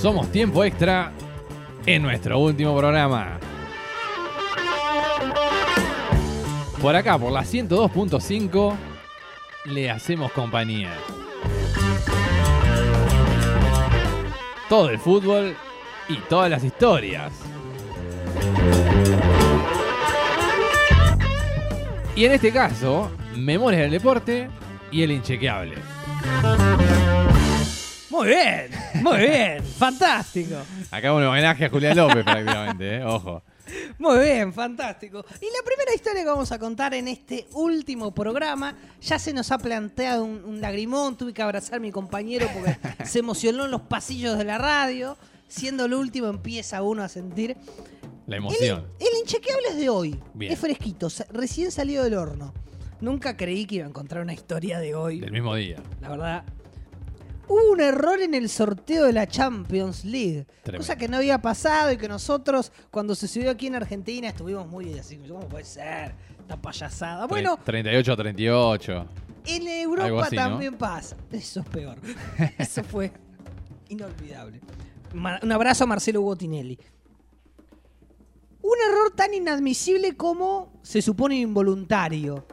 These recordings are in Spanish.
Somos tiempo extra en nuestro último programa. Por acá, por la 102.5, le hacemos compañía. Todo el fútbol y todas las historias. Y en este caso, Memorias del Deporte y el Inchequeable. Muy bien, muy bien, fantástico. Acá un homenaje a Julián López prácticamente, ¿eh? ojo. Muy bien, fantástico. Y la primera historia que vamos a contar en este último programa, ya se nos ha planteado un, un lagrimón, tuve que abrazar a mi compañero porque se emocionó en los pasillos de la radio, siendo lo último empieza uno a sentir. La El, emoción. el inchequeable es de hoy, Bien. es fresquito, sa- recién salido del horno. Nunca creí que iba a encontrar una historia de hoy. Del mismo día. La verdad. Hubo un error en el sorteo de la Champions League. Tremendo. Cosa que no había pasado y que nosotros, cuando sucedió aquí en Argentina, estuvimos muy así. ¿Cómo puede ser? Esta payasada. Bueno, Tre- 38 a 38. en Algo Europa así, ¿no? también pasa. Eso es peor. Eso fue inolvidable. Ma- un abrazo a Marcelo Hugo Tinelli. Un error tan inadmisible como se supone involuntario.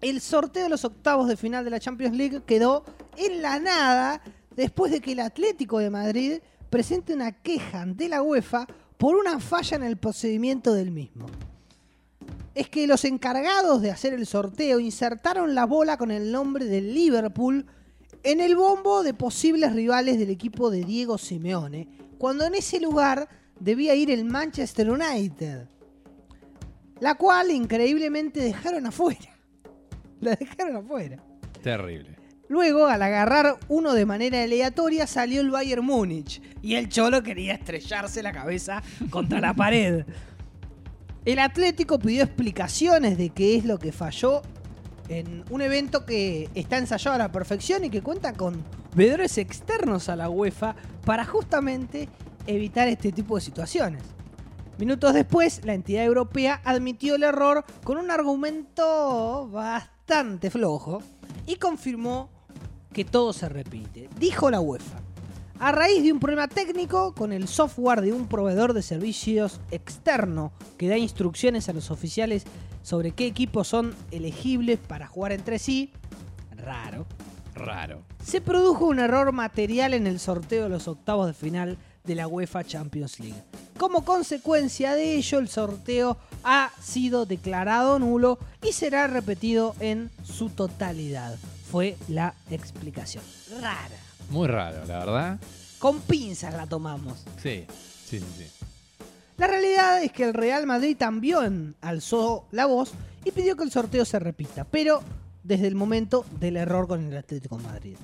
El sorteo de los octavos de final de la Champions League quedó en la nada después de que el Atlético de Madrid presente una queja ante la UEFA por una falla en el procedimiento del mismo es que los encargados de hacer el sorteo insertaron la bola con el nombre del Liverpool en el bombo de posibles rivales del equipo de Diego Simeone, cuando en ese lugar debía ir el Manchester United, la cual increíblemente dejaron afuera. La dejaron afuera. Terrible. Luego, al agarrar uno de manera aleatoria, salió el Bayern Múnich y el Cholo quería estrellarse la cabeza contra la pared. El Atlético pidió explicaciones de qué es lo que falló en un evento que está ensayado a la perfección y que cuenta con veedores externos a la UEFA para justamente evitar este tipo de situaciones. Minutos después, la entidad europea admitió el error con un argumento bastante flojo y confirmó que todo se repite. Dijo la UEFA, a raíz de un problema técnico con el software de un proveedor de servicios externo que da instrucciones a los oficiales sobre qué equipos son elegibles para jugar entre sí, raro, Raro. se produjo un error material en el sorteo de los octavos de final de la UEFA Champions League. Como consecuencia de ello, el sorteo ha sido declarado nulo y será repetido en su totalidad. Fue la explicación. Rara. Muy raro, la verdad. Con pinzas la tomamos. Sí. Sí, sí, sí. La realidad es que el Real Madrid también alzó la voz y pidió que el sorteo se repita, pero desde el momento del error con el Atlético de Madrid.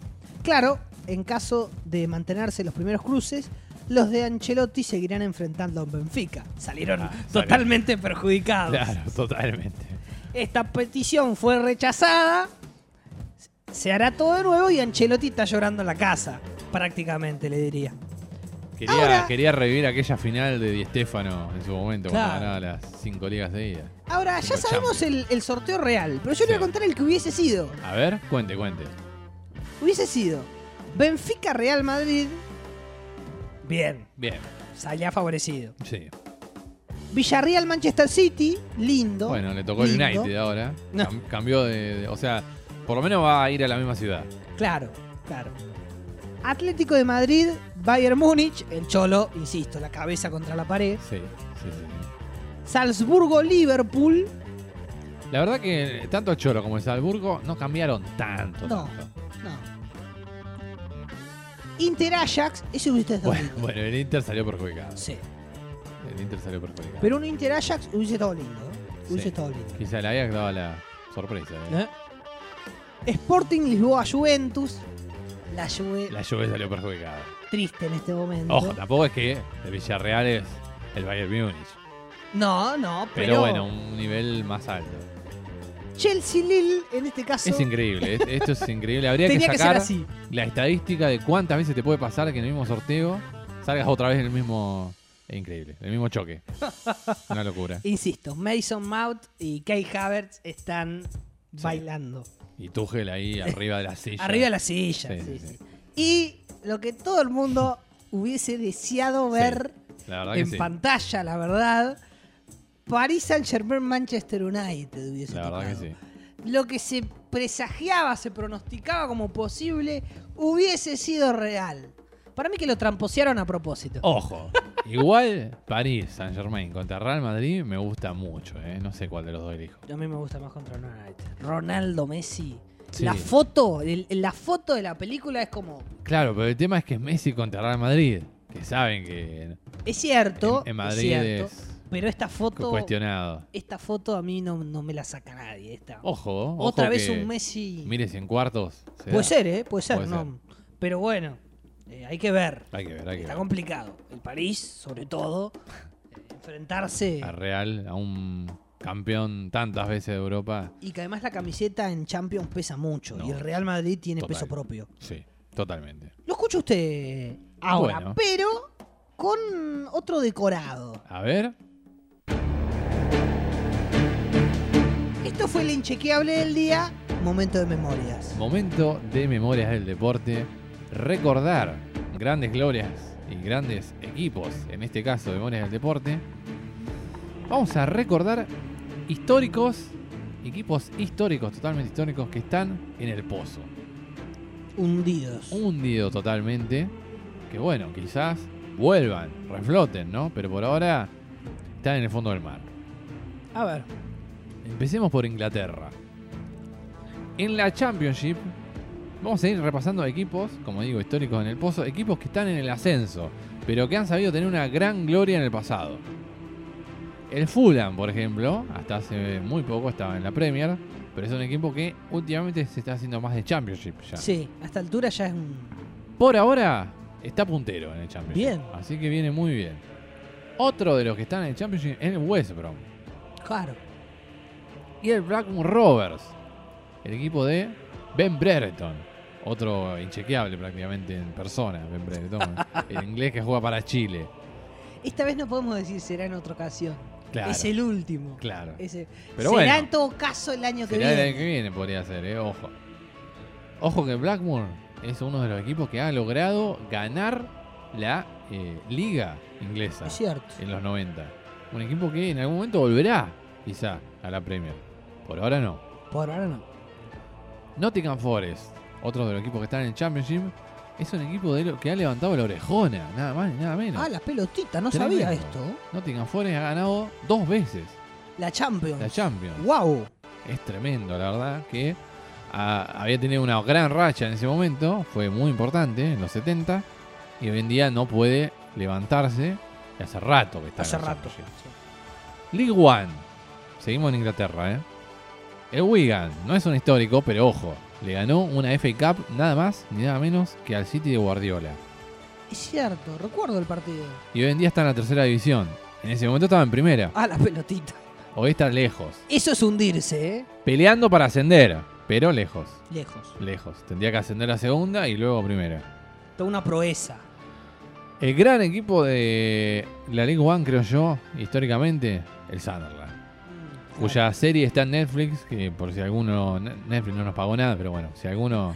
Claro, en caso de mantenerse los primeros cruces, los de Ancelotti seguirán enfrentando a un Benfica. Salieron Ah, salió. totalmente perjudicados. Claro, totalmente. Esta petición fue rechazada. Se hará todo de nuevo y Ancelotti está llorando en la casa, prácticamente le diría. Quería, Ahora- quería revivir aquella final de Di Stefano en su momento, Claro. cuando ganaba las cinco ligas de ida. Ahora, ya Cinco sabemos el, el sorteo real, pero yo le voy a Sí. contar el que hubiese sido. A ver, cuente, cuente. Hubiese sido Benfica Real Madrid. Bien, Bien, salía favorecido. sí. Villarreal Manchester City, lindo. Bueno, le tocó el lindo. United ahora. No. Cam- cambió de, de- O sea, por lo menos va a ir a la misma ciudad. Claro, claro. Atlético de Madrid, Bayern Múnich, el Cholo, insisto, la cabeza contra la pared. Sí, sí, sí. sí. Salzburgo, Liverpool. La verdad que tanto el Cholo como el Salburgo no cambiaron tanto. No. tanto. No. Inter Ajax, ese hubiese estado Bueno, lindo. bueno, el Inter salió perjudicado. Sí. El Inter salió perjudicado. Pero un Inter Ajax hubiese estado lindo. ¿eh? Hubiese Sí. estado lindo. Quizá la Ajax daba la sorpresa. ¿eh? Sporting Lisboa Juventus. La Juve La Juve salió perjudicada. triste en este momento. Ojo, tampoco es que el Villarreal es el Bayern Múnich. No, no, Pero, pero, bueno, un nivel más alto. Chelsea Lille en este caso Es increíble, es- esto es increíble. Habría tenía que que, ser sacar así. la estadística de cuántas veces te puede pasar que en el mismo sorteo salgas otra vez en el mismo... Es increíble, en el mismo choque. Una locura. Insisto, Mason Mount y Kai Havertz están bailando Y Tuchel ahí arriba de la silla. arriba de la silla. Sí, sí, sí, sí. Y lo que todo el mundo hubiese deseado Sí, ver La verdad que en sí. pantalla, la verdad. París Saint Germain Manchester United hubiese La verdad que tocado. sí. Lo que se presagiaba, se pronosticaba como posible, hubiese sido real. Para mí que lo tramposearon a propósito. Ojo. Igual París, Saint Germain contra Real Madrid me gusta mucho, ¿eh? No sé cuál de los dos elijo. A mí me gusta más contra United. Ronaldo Messi. Sí. La foto, el- la foto de la película es como. Claro, pero el tema es que es Messi contra Real Madrid. Que saben que en, Es cierto. en es, Madrid cierto, es Pero esta foto. cuestionado. Esta foto a mí no, no me la saca nadie. Esta. Ojo, ojo Otra vez que- un Messi. Mire, si en cuartos. se Puede da. ser, ¿eh? Puede ser, Puede no. Pero bueno, eh, hay que ver. Hay que ver, hay que Está ver. complicado. El París, sobre todo, eh, enfrentarse. A Real, a un campeón tantas veces de Europa. Y que además la camiseta en Champions pesa mucho. No. Y el Real Madrid tiene Total. peso propio. Sí, totalmente. Lo escucha usted ahora, bueno. pero con otro decorado. A ver. Esto fue el inchequeable del día. Momento de memorias. Momento de memorias del deporte. Recordar grandes glorias y grandes equipos, en este caso memorias del deporte. Vamos a recordar históricos, equipos históricos, totalmente históricos, que están en el pozo. Hundidos. Hundido totalmente. Que bueno, quizás vuelvan, refloten, ¿no? Pero por ahora están en el fondo del mar. A ver. Empecemos por Inglaterra. En la Championship vamos a ir repasando equipos, como digo, históricos en el pozo, equipos que están en el ascenso, pero que han sabido tener una gran gloria en el pasado. El Fulham, por ejemplo, hasta hace muy poco estaba en la Premier, pero es un equipo que últimamente se está haciendo más de Championship ya. Sí, a esta altura ya es un. Por ahora está puntero en el Championship. Bien. Así que viene muy bien. Otro de los que están en el Championship es el West Brom Claro. y el Blackburn Rovers, el equipo de Ben Brereton, otro inchequeable prácticamente en persona, Ben Brereton, el inglés que juega para Chile. Esta vez no podemos decir será en otra ocasión. Claro, Es el último. claro. Ese- Pero será bueno. en todo caso el año que Será el viene. año que viene podría ser, eh, ojo. Ojo que Blackburn es uno de los equipos que ha logrado ganar la eh, liga inglesa Es cierto. en los 90. Un equipo que en algún momento volverá quizá a la Premier. Por ahora no. Por ahora no. Nottingham Forest, otro de los equipos que están en el Championship, es un equipo de lo- que ha levantado la orejona, nada más ni nada menos. Ah, la pelotita, no Tremendo. sabía esto. Nottingham Forest ha ganado dos veces La Champions. la Champions. Wow. Es tremendo, la verdad, que ah, había tenido una gran racha en ese momento, fue muy importante en los 70, y hoy en día no puede levantarse. y Hace rato que está en Hace la rato. Championship. League One. Seguimos en Inglaterra, ¿eh? El Wigan no es un histórico, pero ojo, le ganó una FA Cup nada más ni nada menos que al City de Guardiola. Es cierto, recuerdo el partido. Y hoy en día está en la tercera división. En ese momento estaba en primera. Ah, la pelotita. Hoy está lejos. Eso es hundirse, ¿eh? Peleando para ascender, pero lejos. Lejos. Lejos. Tendría que ascender a segunda y luego a primera. Toda una proeza. El gran equipo de la League One, creo yo, históricamente, el Sunderland. Mm, cuya serie está en Netflix, que por si alguno, Ne- Netflix no nos pagó nada, pero bueno, si alguno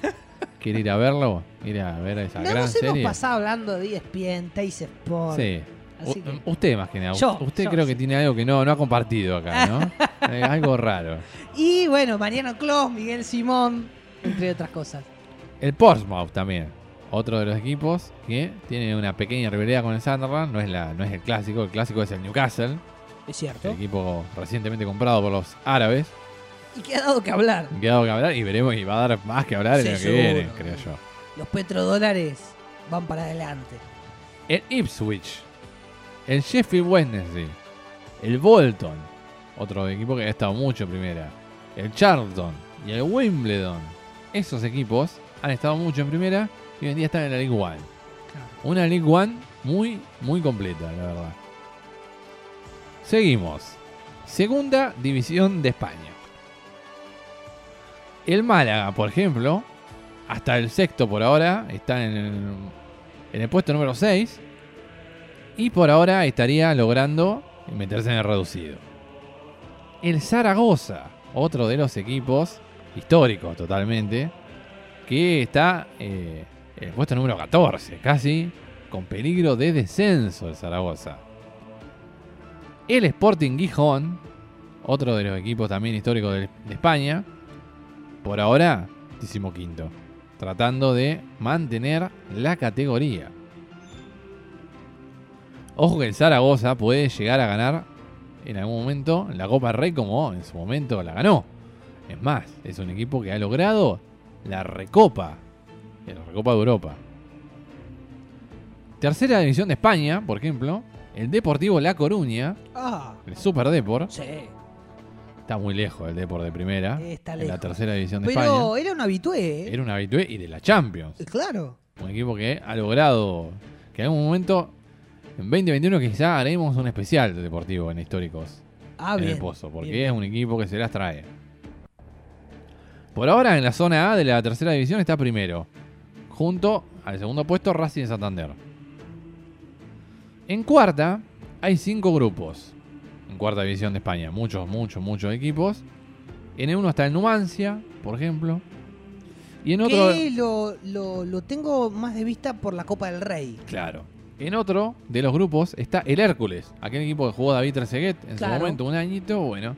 quiere ir a verlo, ir a ver esa claro. No gran nos hemos serie. pasado hablando de E ESPN, Tays Sport. Sí. Uh, um. Así U- que- Usted más que nada. Yo, usted yo, creo que sí. tiene algo que no, no ha compartido acá, ¿no? Eh, algo raro. Y bueno, Mariano Clos, Miguel Simón, entre otras cosas. El Portsmouth también. Otro de los equipos que tiene una pequeña rivalidad con el Sunderland. No es, la, no es el clásico, el clásico es el Newcastle, Es el cierto. equipo recientemente comprado por los árabes. Y que ha dado que hablar. Que ha dado que hablar y veremos y va a dar más que hablar en Sí, lo que seguro. viene, creo yo. Los petrodólares van para adelante. el Ipswich, el Sheffield Wednesday, el Bolton, otro equipo que ha estado mucho en primera, el Charlton y el Wimbledon. Esos equipos han estado mucho en primera y hoy en día están en la League One. Una League One muy, muy completa, la verdad. Seguimos. Segunda División de España. El Málaga, por ejemplo, hasta el sexto por ahora, está en el, en el puesto número 6. Y por ahora estaría logrando meterse en el reducido. El Zaragoza, otro de los equipos históricos totalmente, que está eh, en el puesto número 14, casi con peligro de descenso el Zaragoza. El Sporting Gijón, otro de los equipos también históricos de, de España, por ahora, 15 quinto, tratando de mantener la categoría. Ojo que el Zaragoza puede llegar a ganar en algún momento la Copa Rey como en su momento la ganó. Es más, es un equipo que ha logrado la Recopa, la Recopa de Europa. Tercera división de España, por ejemplo, el Deportivo La Coruña, Ah, el Super Depor, sí. está muy lejos el Depor de primera, Está en la lejos. tercera división de España. Pero era un habitué. ¿eh? Era un habitué y de la Champions. Claro. Un equipo que ha logrado que en algún momento, en 2021, quizá haremos un especial de deportivo en históricos Ah, en bien. el Pozo, porque bien. es un equipo que se las trae. Por ahora, en la zona A de la tercera división está primero, junto al segundo puesto Racing de Santander. En cuarta, hay cinco grupos. En cuarta división de España, muchos, muchos, muchos equipos. En el uno está el Numancia, por ejemplo. Y en otro. Que lo, lo- lo tengo más de vista por la Copa del Rey. Claro. En otro de los grupos está el Hércules, aquel equipo que jugó David Trezeguet en Claro. su momento, un añito, bueno.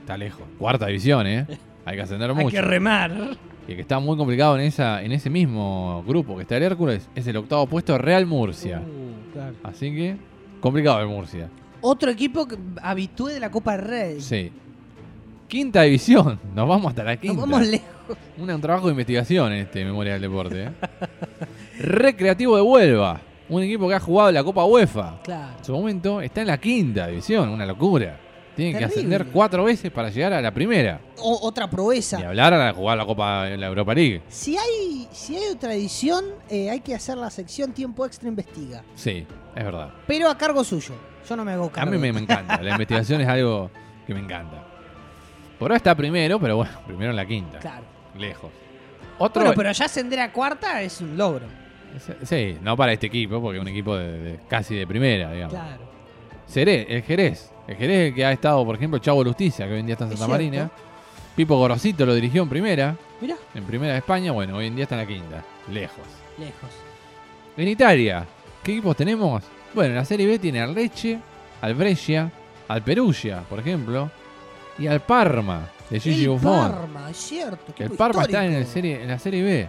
Está lejos. Cuarta división, ¿eh? Hay que ascender mucho. remar. Y el que está muy complicado en, esa, en ese mismo grupo que está el Hércules es el octavo puesto Real Murcia. Uh, claro. Así que, complicado el Murcia. Otro equipo que- habitué de la Copa del Rey. Sí. Quinta división. Nos vamos hasta la Nos quinta. vamos lejos. Un, un trabajo de investigación en este Memoria del Deporte. ¿eh? Recreativo de Huelva. Un equipo que ha jugado la Copa UEFA. Claro. En su momento está en la quinta división, una locura. Tiene que Terrible. ascender cuatro veces para llegar a la primera. O- otra proeza. Y hablar a la- jugar la Copa la Europa League. Si hay, si hay otra edición, eh, hay que hacer la sección Tiempo Extra Investiga. Sí, es verdad. Pero a cargo suyo. Yo no me hago A cargo. mí me, me encanta. La investigación es algo que me encanta. Por ahora está primero, pero bueno, primero en la quinta. Claro. Lejos. Otro. Bueno, pero ya ascender a cuarta es un logro. Sí, no para este equipo, porque es un equipo de, de- casi de primera, digamos. Claro. Seré, el Jerez. El Jerez es el que ha estado, por ejemplo, Chavo Lusticia, que hoy en día está en Es Santa cierto. Marina. Pipo Gorosito lo dirigió en primera. Mirá, En primera de España, bueno, hoy en día está en la quinta, lejos. lejos. En Italia, ¿qué equipos tenemos? Bueno, en la Serie B tiene al Lecce, al Brescia, al Perugia, por ejemplo, y al Parma de Gigi el Buffon. Parma, es cierto. Que el equipo Parma está en, el histórico. serie, en la Serie B.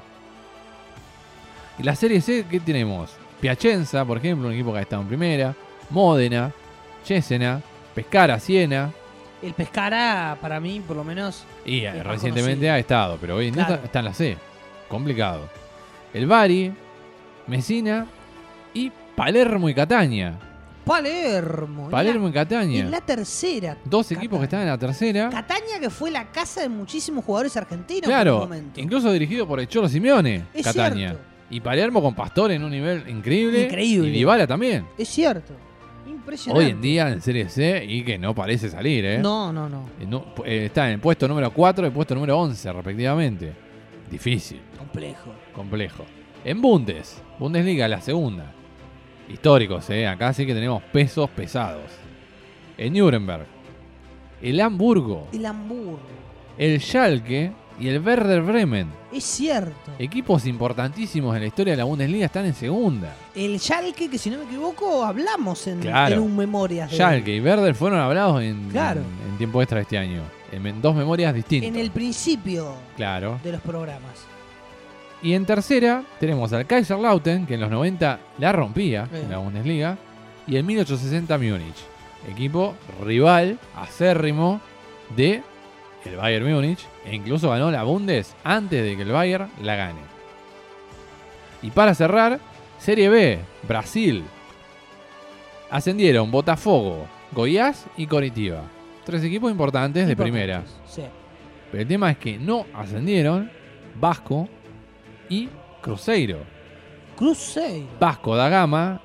Y la Serie C, ¿qué tenemos? Piacenza, por ejemplo, un equipo que ha estado en primera, Módena, Cesena, Pescara, Siena, El Pescara, para mí, por lo menos, Y eh, Es más recientemente conocido. ha estado, pero hoy en día Claro. está, está en la C. Complicado. El Bari, Messina y Palermo y Cataña. Palermo. Palermo y Y Cataña. la tercera. Dos equipos que están en la tercera. Cataña, que fue la casa de muchísimos jugadores argentinos en Claro, un momento. incluso dirigido por el Cholo Simeone, Es Cataña. cierto. Y Palermo con Pastor en un nivel increíble. Increíble. Y Dybala también. Es cierto. Impresionante. Hoy en día en Serie C y que no parece salir, ¿eh? No, no, no. Eh, no, eh, está en el puesto número 4 y el puesto número 11, respectivamente. Difícil. Complejo. complejo. En Bundes, Bundesliga, la segunda. Históricos, ¿eh? acá sí que tenemos pesos pesados. En Nuremberg, el Hamburgo, El Hamburgo. el Schalke y el Werder Bremen. Es cierto. Equipos importantísimos en la historia de la Bundesliga están en segunda. El Schalke, que si no me equivoco, hablamos en, Claro. en un Memorias. de- Schalke y Werder fueron hablados en, Claro. en- en tiempo extra este año. En, en dos memorias distintas. En el principio Claro. de los programas. Y en tercera tenemos al Kaiserlauten, que en los 90 la rompía Sí. en la Bundesliga, y en 1860 Múnich, equipo rival acérrimo de el Bayern Múnich, e incluso ganó la Bundes antes de que el Bayern la gane. Y para cerrar, Serie B, Brasil. Ascendieron Botafogo, Goiás y Coritiba. Tres equipos importantes de primera. Sí. Pero el tema es que no ascendieron Vasco y Cruzeiro. Cruzeiro. Vasco da Gama,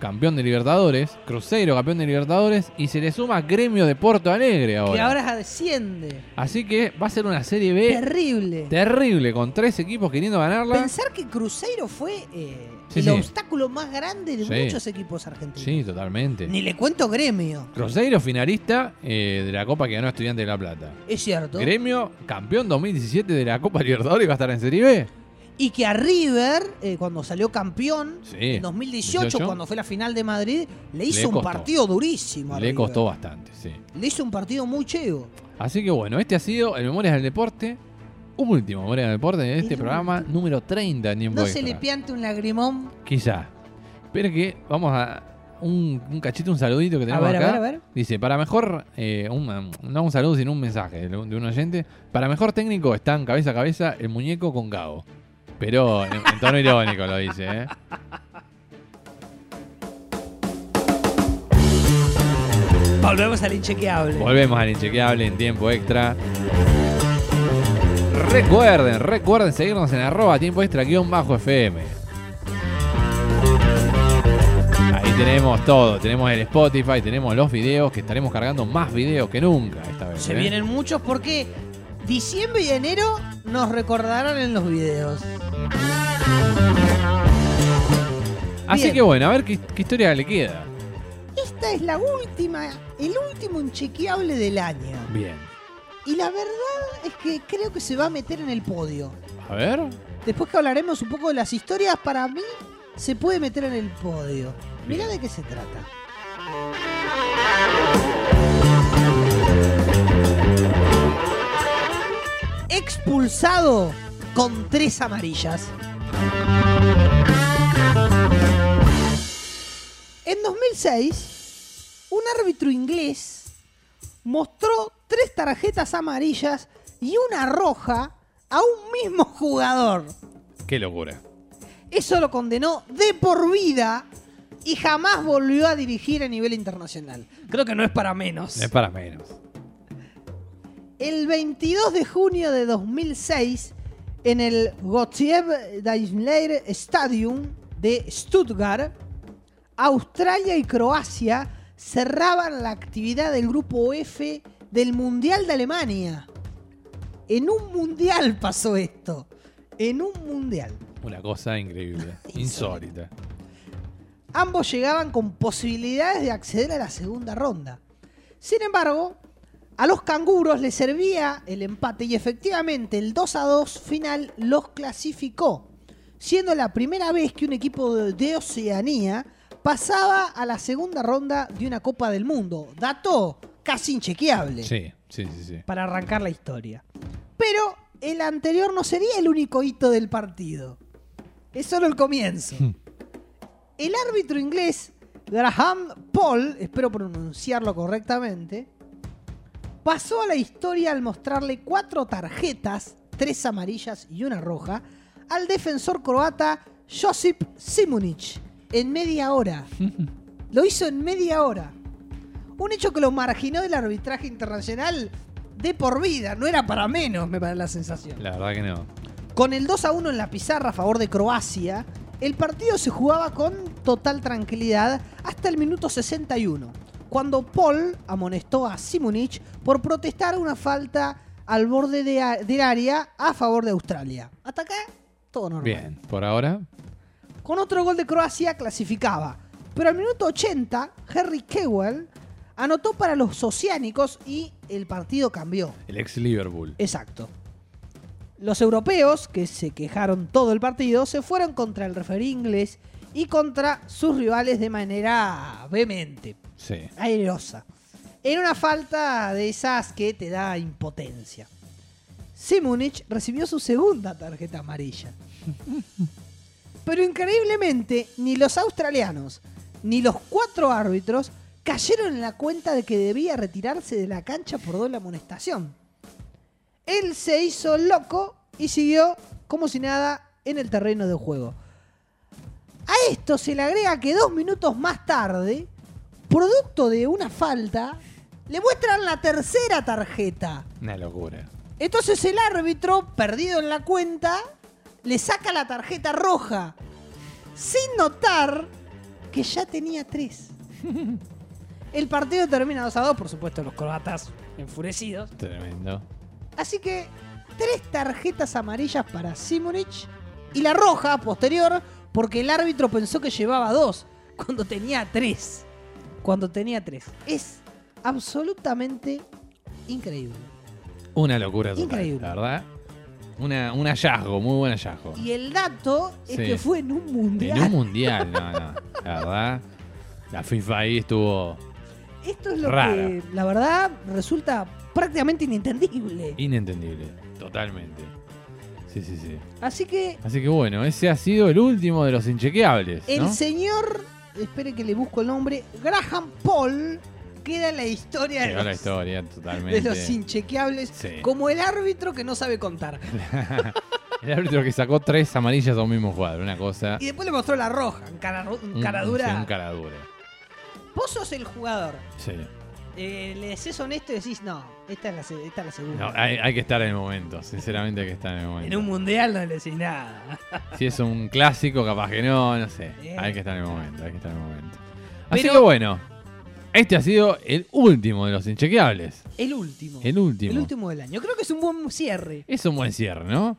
campeón de Libertadores, Cruzeiro, campeón de Libertadores, y se le suma Gremio de Porto Alegre que ahora. Eh, ahora desciende. Así que va a ser una Serie B Terrible. terrible, con tres equipos queriendo ganarla. Pensar que Cruzeiro fue eh, Sí, el sí. obstáculo más grande de Sí. muchos equipos argentinos. Sí, totalmente. Ni le cuento gremio. Cruzeiro finalista eh, de la Copa que ganó Estudiante de La Plata. Es cierto. Gremio, campeón 2017 de la Copa Libertadores, va a estar en Serie B. Y que a River, eh, cuando salió campeón, Sí. en 2018, 18, cuando fue la final de Madrid, le hizo un costó. partido durísimo. a Le River. costó bastante, sí. Le hizo un partido muy cheo. Así que bueno, este ha sido el Memorias del Deporte. Último Memorias del Deporte de este El programa número 30 en tiempo No se extra. le piante un lagrimón. Quizá. Pero que vamos a un, un cachito, un saludito que A tenemos ver, a acá. ver, a ver. Dice, para mejor, eh, un- no un saludo, sino un mensaje de un de un oyente. Para mejor técnico están cabeza a cabeza el muñeco con Gabo. Pero en, en tono irónico lo dice, ¿eh? Volvemos al inchequeable. Volvemos al Inchequeable en tiempo extra. Recuerden, recuerden seguirnos en arroba tiempo extra guión bajo FM. Ahí tenemos todo, tenemos el Spotify, tenemos los videos, que estaremos cargando más videos que nunca esta vez. Se ¿eh? vienen muchos porque diciembre y enero nos recordarán en los videos. Así Bien. que bueno, a ver qué, qué historia le queda. Esta es la última, el último inchequeable del año. Bien. Y la verdad es que creo que se va a meter en el podio. A ver. Después que hablaremos un poco de las historias, para mí se puede meter en el podio. Mirá de qué se trata. Expulsado con tres amarillas. En 2006, un árbitro inglés mostró tres tarjetas amarillas y una roja a un mismo jugador. Qué locura. Eso lo condenó de por vida y jamás volvió a dirigir a nivel internacional. Creo que no es para menos. Es para menos. El 22 de junio de 2006, en el Gottlieb Daimler Stadium de Stuttgart, Australia y Croacia cerraban la actividad del grupo F del Mundial de Alemania. En un mundial pasó esto. En un mundial. Una cosa increíble. Insólita. Ambos llegaban con posibilidades de acceder a la segunda ronda. Sin embargo, a los canguros les servía el empate y efectivamente el 2 a 2 final los clasificó, siendo la primera vez que un equipo de- de Oceanía pasaba a la segunda ronda de una Copa del Mundo. Dato casi inchequeable Sí, sí, sí, sí. para arrancar la historia. Pero el anterior no sería el único hito del partido. Es solo el comienzo. Hmm. El árbitro inglés Graham Paul, espero pronunciarlo correctamente, pasó a la historia al mostrarle cuatro tarjetas, tres amarillas y una roja, al defensor croata Josip Simunic en media hora. Lo hizo en media hora. Un hecho que lo marginó del arbitraje internacional de por vida. No era para menos, me parece la sensación. La verdad que no. Con el 2 a 1 en la pizarra a favor de Croacia, el partido se jugaba con total tranquilidad hasta el minuto 61, cuando Paul amonestó a Simunic por protestar una falta al borde de a- del área a favor de Australia. Hasta acá, todo normal. Bien, por ahora. Con otro gol de Croacia clasificaba. Pero al minuto 80, Harry Kewell anotó para los oceánicos y el partido cambió. El ex Liverpool. Exacto. Los europeos, que se quejaron todo el partido, se fueron contra el referí inglés y contra sus rivales de manera vehemente, Sí. airosa. En una falta de esas que te da impotencia. Simunich recibió su segunda tarjeta amarilla. Pero increíblemente, ni los australianos ni los cuatro árbitros cayeron en la cuenta de que debía retirarse de la cancha por doble amonestación. Él se hizo loco y siguió como si nada en el terreno de juego. A esto se le agrega que dos minutos más tarde, producto de una falta, le muestran la tercera tarjeta. Una locura. Entonces el árbitro, perdido en la cuenta, le saca la tarjeta roja, sin notar que ya tenía tres. El partido termina 2 a 2, por supuesto, los croatas enfurecidos. Tremendo. Así que tres tarjetas amarillas para Simonich y la roja posterior porque el árbitro pensó que llevaba dos cuando tenía tres. Cuando tenía tres. Es absolutamente increíble. Una locura total. Increíble. La verdad. Una- un hallazgo, muy buen hallazgo. Y el dato es Sí. que fue en un mundial. En un mundial, no, no. La verdad, la FIFA ahí estuvo Esto es lo Rara. que, la verdad, resulta prácticamente inentendible. inentendible. Totalmente. Sí, sí, sí. Así que Así que bueno, ese ha sido el último de los inchequeables. el ¿no? señor, espere que le busco el nombre, Graham Paul, queda en la historia de Llegó la los- historia de totalmente. los inchequeables, Sí. como el árbitro que no sabe contar. El árbitro que sacó tres amarillas a un mismo jugador, una cosa. Y después le mostró la roja, en cara, en un- cara Ah. Mm, sí, Un dura. cara dura. Vos sos el jugador. Sí. Eh, le decís honesto y decís, no, esta es la, se- esta es la segunda. No, hay, hay que estar en el momento, sinceramente hay que estar en el momento. en un mundial no le decís nada. Si es un clásico, capaz que no, no sé. Eh. Hay que estar en el momento, hay que estar en el momento. Así Pero- que bueno, este ha sido el último de los inchequeables. El último. El último. El último del año. Creo que es un buen cierre. Es un buen cierre, ¿no?